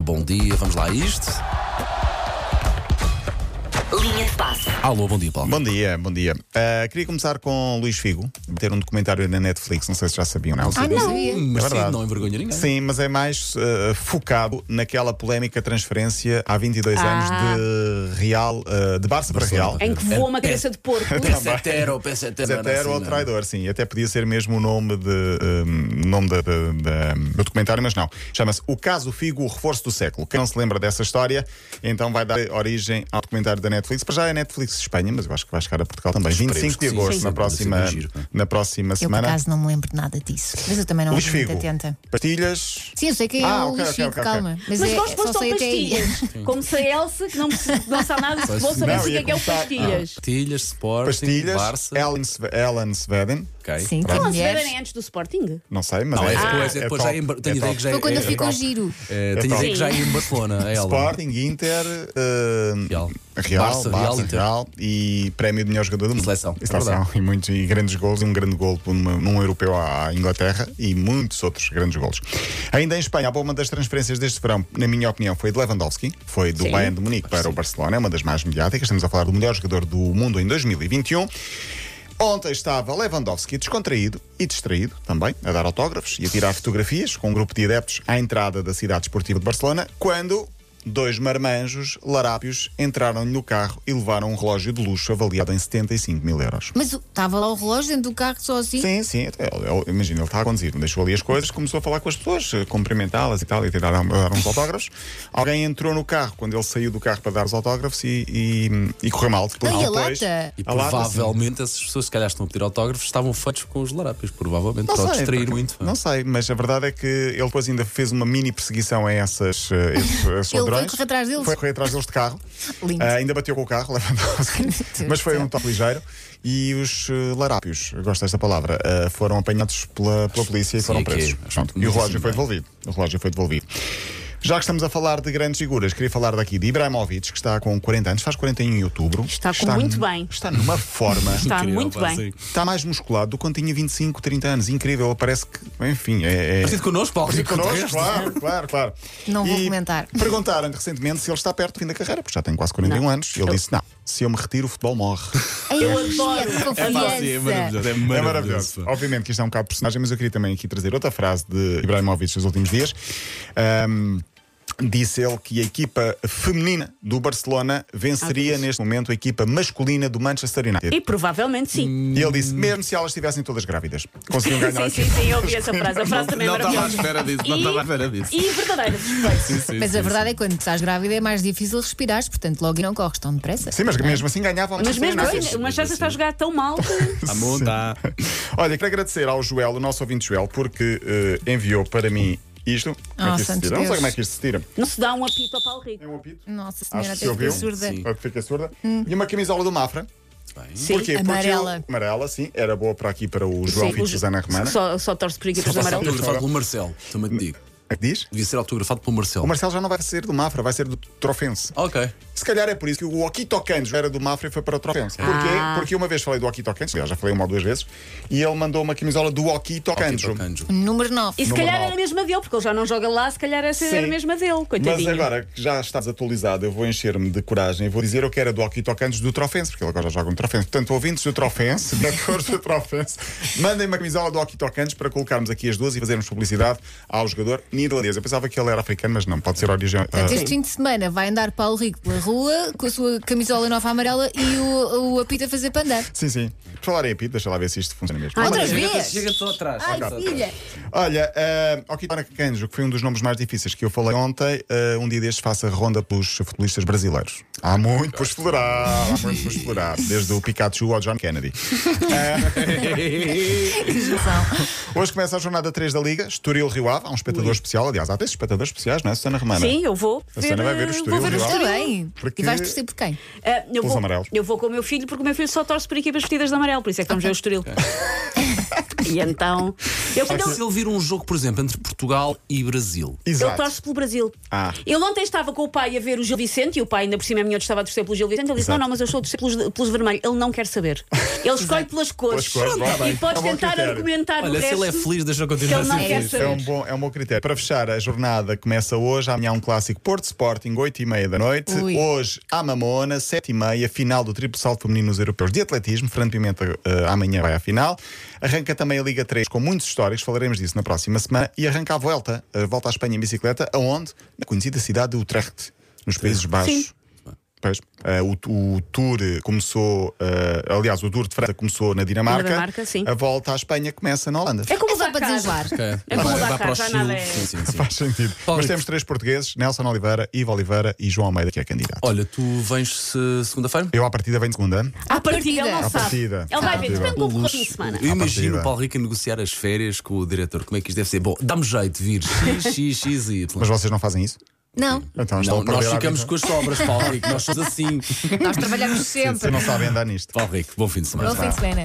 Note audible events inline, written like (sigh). bom dia, vamos lá a isto. Linha de passe. Alô, bom dia, Paulo. Bom dia, bom dia. Ah, queria começar com Luís Figo, ter um documentário na Netflix, não sei se já sabiam, não. Ah, não. Mas É sim, verdade. não envergonha ninguém. Sim, mas é mais ah, focado naquela polémica transferência há 22 Ah. anos de Real, ah, de Barça para Barcelona. Real. Em que voa uma cabeça de porco. (laughs) Pesetero, pesetero. Zé era Ter assim, ou não é? traidor, sim. Até podia ser mesmo o nome, de, hum, nome da- da- da- do documentário, mas não. Chama-se O Caso Figo, o Reforço do Século. Quem não se lembra dessa história, então vai dar origem ao documentário da Netflix. Para já é Netflix Espanha, mas eu acho que vai chegar a Portugal também. Esperemos 25 de que sim, agosto, sim. na, próxima, Sempre giro, é? pá. na próxima Eu por semana. acaso não me lembro de nada disso. Mas eu também não Luís ando muito Figo. atenta. Pastilhas. Sim, eu sei quem Ah, é o ok, Luís ok, Figo, ok, ok. calma. Mas, Mas é, gosto só de sei até aí. pastilhas. Como se a Elsa, que não, perce- não sabe nada, se vou saber Não, o que ia é que é o começar- pastilhas. Pastilhas, Sporting, Pastilhas. Barça. Ellen, Sve- Ellen Sveden. Ok. Sim, Então, tem elas mulheres. beberem antes do Sporting? Não sei, mas Não, é, é depois, é é depois já top, em, Bar- tenho é ideia top. que já Foi quando é, eu fico é ao top. giro. é, É tenho ideia top. que já é em Barcelona, é ela. Sporting, Inter, eh, Real. Real, Barça, Barça, Real, Real, Inter. e prémio de melhor jogador do mundo. seleção, E, seleção. é verdade. E muitos, e grandes gols, e um grande gol numa- num europeu à Inglaterra e muitos outros grandes gols. Ainda em Espanha, a bomba das transferências deste verão, na minha opinião, foi de Lewandowski, foi do Bayern de Munique para o Barcelona, é uma das mais mediáticas. Estamos a falar do melhor jogador do mundo em 2021. Ontem estava Lewandowski descontraído e distraído também, a dar autógrafos e a tirar fotografias com um grupo de adeptos à entrada da cidade esportiva de Barcelona, quando dois marmanjos larápios entraram-lhe no carro e levaram um relógio de luxo avaliado em 75 mil euros. Mas o- estava lá o relógio dentro do carro só assim. Sim, sim, até- ele- ele- imagina, ele está a conduzir, deixou ali as coisas, começou a falar com as pessoas, eh, cumprimentá-las e tal, e tentar dar, eh, dar uns autógrafos. Alguém entrou no carro quando ele saiu do carro para dar os autógrafos e, e, e correu mal. Depois, Ai, a depois- lata! E a lata, sim. provavelmente essas pessoas, se calhar estão a pedir autógrafos, estavam feitos com os larápios, provavelmente, para o distrair porque- muito. Não sei, mas a verdade é que ele depois ainda fez uma mini perseguição a essas, eh, esses, a esses Ele ladrões. foi correr atrás deles? Foi correr atrás deles de carro. Lindo. Ah, ainda bateu com o carro, Lewandowski. Meu Deus mas foi do um top ligeiro. E os eh, larápios, eu gosto desta palavra, ah, foram apanhados pela, pela polícia e foram é que presos. é. Pronto. E o relógio foi devolvido. O relógio foi devolvido. Já que estamos a falar de grandes figuras, queria falar daqui de Ibrahimovic, que está com 40 anos, faz 41 em outubro. Está com muito bem. Está numa forma. Está Incrível, Tá, muito pá, bem. sim. Está Tá mais musculado do que quando tinha 25, 30 anos. Incrível, ele parece que. Enfim, é. é... Parecido connosco, Paulo. Parecido com o connosco, resto. claro, claro, claro. Não vou comentar. Perguntaram-lhe recentemente se ele está perto do fim da carreira, porque já tem quase 41 Não. anos. Ele disse: Não, se eu me retiro, o futebol morre. Ai, Eu que adoro. É pá, sim, é confiança. maravilhoso. É É maravilhoso. maravilhoso. pá. Obviamente que isto é um bocado de personagem, mas eu queria também aqui trazer outra frase de Ibrahimovic dos últimos dias. Ahm, disse ele que a equipa feminina do Barcelona Ah, venceria neste momento a equipa masculina do Manchester United. E provavelmente sim. E ele disse: mesmo se elas estivessem todas grávidas, conseguiam Hum, ganhar Sim, a sim, sim, eu ouvi essa frase. A frase também Não é estava à maravilhosa. espera disso, não E- estava à espera disso. E verdadeira, respeito. Sim, sim, Mas sim, a verdade é que quando estás grávida é mais difícil respirares, portanto logo e não corres tão depressa. Sim, mas mesmo assim ganhavam Mas mesmo assim, sim, o Manchester sim. está a jogar tão mal que. sim. A monta. (laughs) Olha, quero agradecer ao Joel, o nosso ouvinte Joel, porque eh, enviou para mim isto. como é Oh, que isto se santo tira? Não sei Deus. como é que isto se tira. Não se dá um apito ao Paulo Rico. Tem um apito. Nossa senhora, Acho que se até fiquei ouviu. surda. Sim. Ou Fica surda. E uma camisola do Mafra. Hum. Sim. Porquê? Porque Amarela. eu- amarela, sim. Era boa para aqui para o João Sim, Filho o e Susana Ju- Romana. Só, só torce por equipas Só ser amarelas. autografado pelo Marcelo, também te digo. É que Diz? Devia ser autografado pelo Marcelo. O Marcelo já não vai ser do Mafra, vai ser do Trofense. Ok. Se calhar é por isso que o Okitocanos era do Mafra e foi para o Trofense. Porquê? Ah. Porque uma vez falei do Okitocanos, aliás, já falei uma ou duas vezes, e ele mandou uma camisola do Okitocanos. Canjo. Número 9. E se Número calhar nove. era a mesma dele, porque ele já não joga lá, se calhar essa era a Sim. mesma dele, Mas coitadinho. agora que já está desatualizado, eu vou encher-me de coragem e vou dizer eu que era do Okitocanos do Trofense, porque ele agora joga no Trofense. Portanto, ouvintes do Trofense, da cor do (laughs) Trofense, mandem uma camisola do Okitocanos para colocarmos aqui as duas e fazermos publicidade ao jogador neerlandês. Eu pensava que ele era africano, mas não, pode ser origem. Portanto, ah, este fim de semana vai andar Paulo Rico pela rua com a sua camisola nova amarela e o, o apito a fazer para andar. Sim, sim. Por falar em apito, deixa lá ver se isto funciona mesmo. Ai, Olha, Outra Chega-te- vez? só atrás. Ai, (laughs) filha! Olha, uh, Okitocanos, que foi um dos nomes mais difíceis que eu falei ontem, ah, um dia deste faça ronda pelos futebolistas brasileiros. Há muito por explorar, há muito por explorar. Desde o Pikachu ao John Kennedy. Que geração. Hoje começa a jornada 3 da Liga, Estoril Rio Ave. Há um espectador especial, aliás, há três espectadores especiais, não é, Susana Romana? Sim, eu vou. A Susana vai ver o eh, Estoril, vou ver o viu lá? Está Estoril. bem. Porque- E vais torcer por quem? Ah, eu, Pelos vou, (laughs) amarelos. eu vou com o meu filho porque o meu filho só torce por equipes vestidas de amarelo, por isso é que vamos ver o Estoril. (laughs) E então. Eu, quando Se eu, ele vir um jogo, por exemplo, entre Portugal e Brasil, eu Exato. torço pelo Brasil. Ah. Eu ontem estava com o pai a ver o Gil Vicente e o pai, ainda por cima, é a minha outra estava a torcer pelo Gil Vicente. Ele disse: Exato. Não, não, mas eu estou a torcer pelos, pelos vermelhos. Ele não quer saber. Ele escolhe pelas cores. Pelas cores, vá bem. e Tá podes bom tentar critério. argumentar o olha, se resto. ele é feliz, deixa eu que continuar a ele não ser quer feliz. saber. É um, bom, é um bom critério. Para fechar, a jornada começa hoje. Amanhã há um clássico Porto Sporting, 8h30 da noite. Ui. Hoje, à Mamona, 7h30, final do triplo salto feminino nos europeus de atletismo. Fernando Pimenta eh, amanhã vai à final. Arranca também a Liga 3 com muitos históricos, falaremos disso na próxima semana. E arranca a volta, a volta à Espanha em bicicleta, aonde? Na conhecida cidade de Utrecht, nos Países Baixos. Pois, eh, o, o tour começou, eh, aliás, o tour de França começou na Dinamarca. Dinamarca, sim. A volta à Espanha começa na Holanda. É como É só usar para desenjoar. Ok. É Vai- como vai Dakar, para o já Chile. nada é- Sim, sim, sim. Faz sentido. Paulo Mas Rico. temos três portugueses: Nelson Oliveira, Ivo Oliveira e João Almeida, que é candidato. Olha, tu vens eh, segunda-feira? Eu, à partida, venho de segunda. À partida, ele não À sabe. partida. Ele vai À ver. partida. Depende do que ocorreu de semana. Eu À imagino partida. o Paulo Rico a negociar as férias com o diretor. Como é que isto deve ser? Bom, dá-me jeito de vir (laughs) X, X, X e Y. Mas vocês não fazem isso? Não, Então estão Não, a perder nós a ficamos vida. com as sobras, (laughs) Paulo Rico. Nós somos assim. nós trabalhamos sempre. Vocês não sabem andar nisto. Paulo Rico, bom fim de semana. Bom fim de semana.